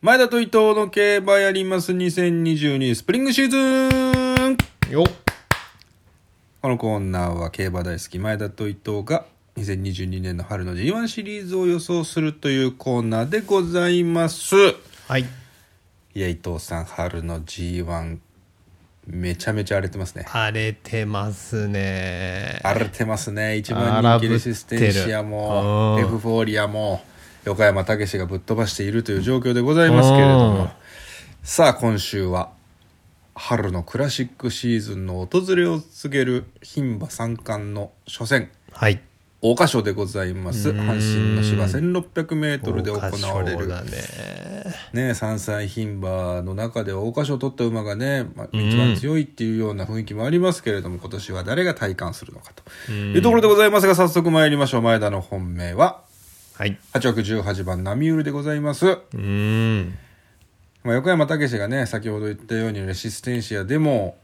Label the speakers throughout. Speaker 1: 前田と伊藤の競馬やります2022スプリングシーズン
Speaker 2: よっ
Speaker 1: このコーナーは競馬大好き前田と伊藤が2022年の春の G1 シリーズを予想するというコーナーでございます
Speaker 2: はい
Speaker 1: いや伊藤さん春の G1 めちゃめちゃ荒れてますね
Speaker 2: 荒れてますね
Speaker 1: 荒れてますね一番人気レシステンシアも
Speaker 2: 荒
Speaker 1: エ
Speaker 2: ぶってるうん
Speaker 1: フフォーリアも横山武史がぶっ飛ばしているという状況でございますけれど
Speaker 2: う
Speaker 1: も
Speaker 2: ん
Speaker 1: さあ今週は春のクラシックシーズンの訪れを告げる牝馬三冠の初戦
Speaker 2: はい
Speaker 1: 桜花賞でございます阪神の芝 1600m で行われ
Speaker 2: そう
Speaker 1: る
Speaker 2: だね
Speaker 1: ね、3歳牝馬の中で桜花賞を取った馬がね、まあ、一番強いっていうような雰囲気もありますけれども、今年は誰が体感するのかというところでございますが早速参りましょう前田の本命は
Speaker 2: はい
Speaker 1: 8枠18番波浦でございます、
Speaker 2: うーん
Speaker 1: まあ、横山武史がね先ほど言ったようにレシステンシアでも、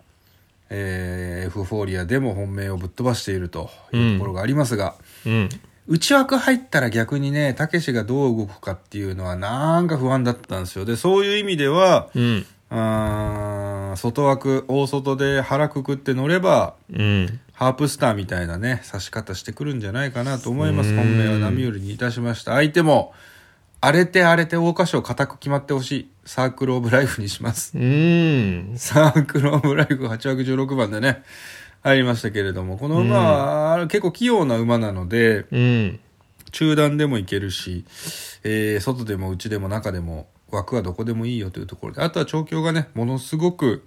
Speaker 1: えーエフフォーリアでも本命をぶっ飛ばしているというところがありますが、
Speaker 2: うん
Speaker 1: 内枠入ったら逆にね武史がどう動くかっていうのはなんか不安だったんですよでそういう意味では、
Speaker 2: うん
Speaker 1: あー外枠大外で腹くくって乗れば
Speaker 2: うん
Speaker 1: ハープスターみたいなね差し方してくるんじゃないかなと思います本命は波よりにいたしました相手も荒れて荒れて桜花賞固く決まってほしいサークル・オブ・ライフにします
Speaker 2: うーん
Speaker 1: サークル・オブ・ライフ8枠16番でね入りましたけれどもこの馬は結構器用な馬なので
Speaker 2: うん
Speaker 1: 中段でもいけるし、えー外でも内でも中でも枠はどこでもいいよというところであとは調教がねものすごく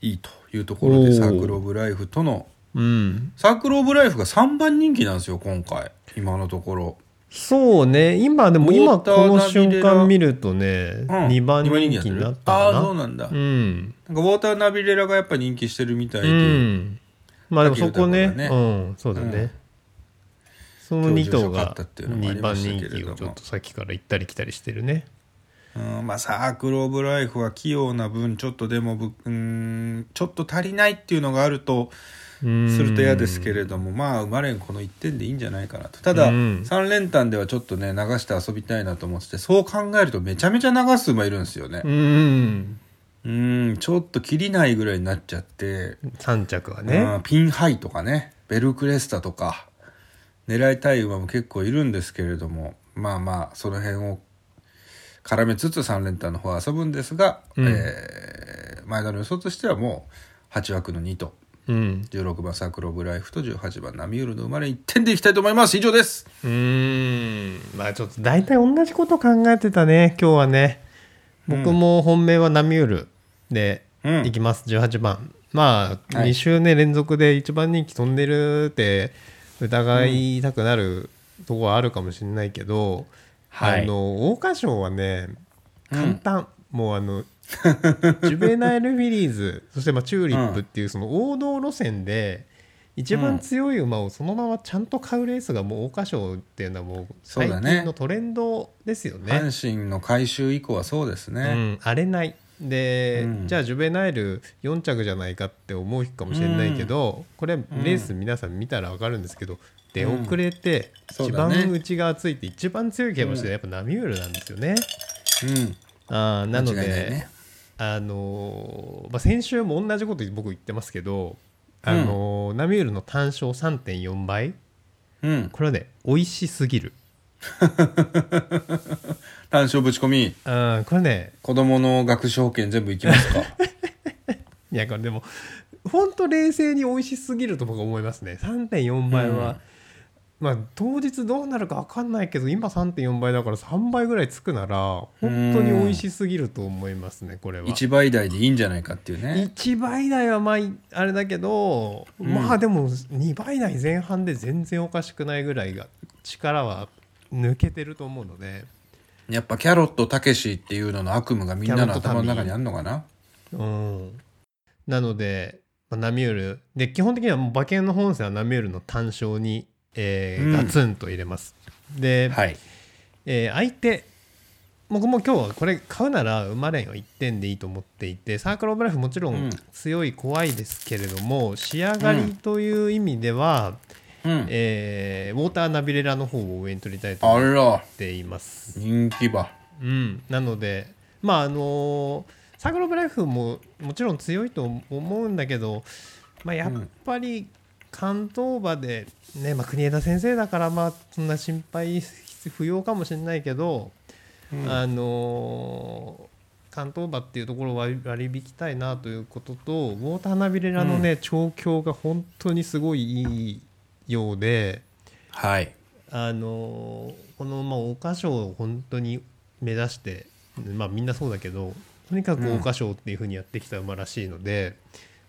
Speaker 1: いいというところ
Speaker 2: お
Speaker 1: で
Speaker 2: ー
Speaker 1: サークル・オブ・ライフとの
Speaker 2: うん
Speaker 1: サークル・オブ・ライフが3番人気なんですよ今回今のところ
Speaker 2: そうね今でも
Speaker 1: ウォ
Speaker 2: 今
Speaker 1: ーター
Speaker 2: この
Speaker 1: ナビレラ
Speaker 2: 瞬間見るとね、
Speaker 1: うん
Speaker 2: 二番
Speaker 1: 二番人
Speaker 2: 人
Speaker 1: 気
Speaker 2: 気
Speaker 1: に
Speaker 2: に
Speaker 1: な
Speaker 2: な
Speaker 1: っ
Speaker 2: ったた
Speaker 1: あ
Speaker 2: か
Speaker 1: あ
Speaker 2: な
Speaker 1: そうなんだ、
Speaker 2: う
Speaker 1: なんか
Speaker 2: ん
Speaker 1: ウォーター・ナビレラがやっぱ人気してるみたいで、
Speaker 2: うん、まあでもそこね
Speaker 1: 竹内
Speaker 2: う
Speaker 1: 豊
Speaker 2: んそうだね、
Speaker 1: うん
Speaker 2: その2
Speaker 1: 教授賞
Speaker 2: 頭が
Speaker 1: 勝ったっていうのもあり
Speaker 2: 2
Speaker 1: ま
Speaker 2: 番
Speaker 1: した
Speaker 2: 人
Speaker 1: けれども
Speaker 2: 気をちょっとさっきから行ったり来たりしてるね
Speaker 1: うんまあ、サークル・オブ・ライフは器用な分ちょっとでもぶうーんちょっと足りないっていうのがあると
Speaker 2: す
Speaker 1: すると嫌ですけれども、まあ、生まれんこの1点でいいんじゃないかなと。ただ、
Speaker 2: うん
Speaker 1: 3連単ではちょっとね、流して遊びたいなと思ってて、そう考えるとめちゃめちゃ流す馬いるんですよね
Speaker 2: う。ん
Speaker 1: うん、ちょっと切りないぐらいになっちゃって、
Speaker 2: 3着は
Speaker 1: う
Speaker 2: ね
Speaker 1: んピンハイとかね、ベルクレスタとか、狙いたい馬も結構いるんですけれども、まあまあ、その辺を絡めつつ3連単の方は遊ぶんですが、
Speaker 2: うん
Speaker 1: えー前田の予想としてはもう、8枠の2と。
Speaker 2: うん
Speaker 1: 16番サークル・オブ・ライフと18番ナミュールの生まれ1点でいきたいと思います以上です
Speaker 2: うーんまあちょっと大体同じこと考えてたね今日はね僕も本命はナミュールで
Speaker 1: うん
Speaker 2: いきます、18番まあ、
Speaker 1: はい
Speaker 2: 2週ね連続で1番人気飛んでるって疑いたくなるとこはあるかもしれないけど、
Speaker 1: はい
Speaker 2: あの桜花賞はね簡単、もうあのジュベナイルフィリーズそしてまあチューリップっていうその王道路線で一番強い馬をそのままちゃんと買うレースがもう桜花賞っていうのはもう
Speaker 1: そう
Speaker 2: 最
Speaker 1: だね
Speaker 2: 近のトレンドですよね。
Speaker 1: 阪神の改修以降はそうです
Speaker 2: う
Speaker 1: ね、
Speaker 2: ん、荒れないで、
Speaker 1: うん
Speaker 2: じゃあジュベナイル4着じゃないかって思うかもしれないけど、これレース皆さん見たら分かるんですけど、出遅れて
Speaker 1: うん
Speaker 2: 一
Speaker 1: そうだね
Speaker 2: 番内が厚いって一番強い競馬してるのはやっぱナミュールなんですよね。
Speaker 1: うん
Speaker 2: あーなので
Speaker 1: 間違いないね
Speaker 2: あのーまあ、先週も同じこと僕言ってますけど、あのーナミュールの単勝3.4倍
Speaker 1: うん
Speaker 2: これはね美味しすぎる
Speaker 1: 単勝ぶち込み
Speaker 2: あーこれね
Speaker 1: 子供の学習保険全部いき ますか
Speaker 2: いやこれでも本当冷静に美味しすぎると僕は思いますね3.4倍は、まあ当日どうなるか分かんないけど今3.4倍だから3倍ぐらいつくなら本当に美味しすぎると思いますねこれは
Speaker 1: 1倍台でいいんじゃないかっていうね
Speaker 2: 1倍台はまあいあれだけど、
Speaker 1: ん
Speaker 2: まあでも2倍台前半で全然おかしくないぐらいが力は抜けてると思うので、
Speaker 1: やっぱキャロットたけしっていうのの悪夢がみんなの頭の中にあるのかな
Speaker 2: うん、なので、まあ、ナミュールで基本的にはもう馬券の本線はナミュールの単勝に、えー
Speaker 1: うん
Speaker 2: ガツンと入れます。で、
Speaker 1: はい
Speaker 2: えー相手僕も今日はこれ買うなら馬連は1点でいいと思っていてサークル・オブ・ライフもちろ
Speaker 1: うん
Speaker 2: ん強い怖いですけれども仕上がりという意味では、
Speaker 1: うん
Speaker 2: えーウォーターナビレラの方を上に取りたいと
Speaker 1: あ
Speaker 2: 思っ
Speaker 1: ら
Speaker 2: ています。
Speaker 1: 人気馬
Speaker 2: うん、なのでまああのサグロブライフももちろん強いと思うんだけど、まあ、やっぱり関東馬で、ねまあ、国枝先生だからまあそんな心配不要かもしれないけど、あの関東馬っていうところを割割り引きたいなということとウォーターナビレラのね、調教が本当にすごいいいようで。
Speaker 1: はい。
Speaker 2: あのーこのまあ桜花賞を本当に目指して、まあ、みんなそうだけどとにかく
Speaker 1: うん
Speaker 2: 桜花賞っていう風にやってきた馬らしいので、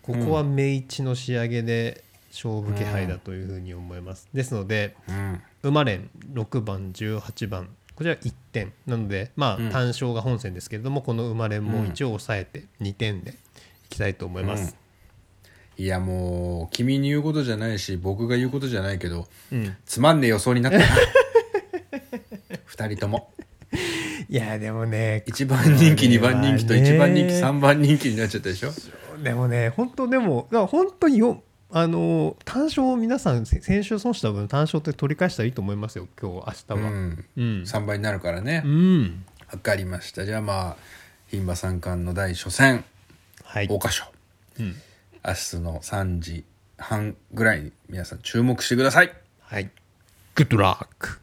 Speaker 2: ここは目一の仕上げで勝負気配だという風に思います、ですので
Speaker 1: うん。
Speaker 2: 馬連6番18番こちら1点なのでま
Speaker 1: うん
Speaker 2: あ単勝が本戦ですけれどもこの馬連も一応抑えて2点でいきたいと思います、
Speaker 1: いやもう、君に言うことじゃないし、僕が言うことじゃないけど、
Speaker 2: うん
Speaker 1: つまんねえ予想になった な。二人とも。
Speaker 2: いやでもね
Speaker 1: 一番人気、二番人気と
Speaker 2: これは
Speaker 1: 一
Speaker 2: ね
Speaker 1: 番人気、三番人気になっちゃったでしょ
Speaker 2: でもね、本当でも、だから本当によ、あのー単勝を皆さん、せ先週損した分、単勝って取り返したらいいと思いますよ、今日、明
Speaker 1: う
Speaker 2: 日は。
Speaker 1: ん。
Speaker 2: うん。
Speaker 1: 3倍になるからね
Speaker 2: う。ん。
Speaker 1: わかりました。じゃあまあ、牝馬三冠の第初戦、
Speaker 2: はい。
Speaker 1: 桜花賞。
Speaker 2: うん
Speaker 1: 明日の3時半ぐらいに皆さん注目してください。
Speaker 2: はい。グッドラック。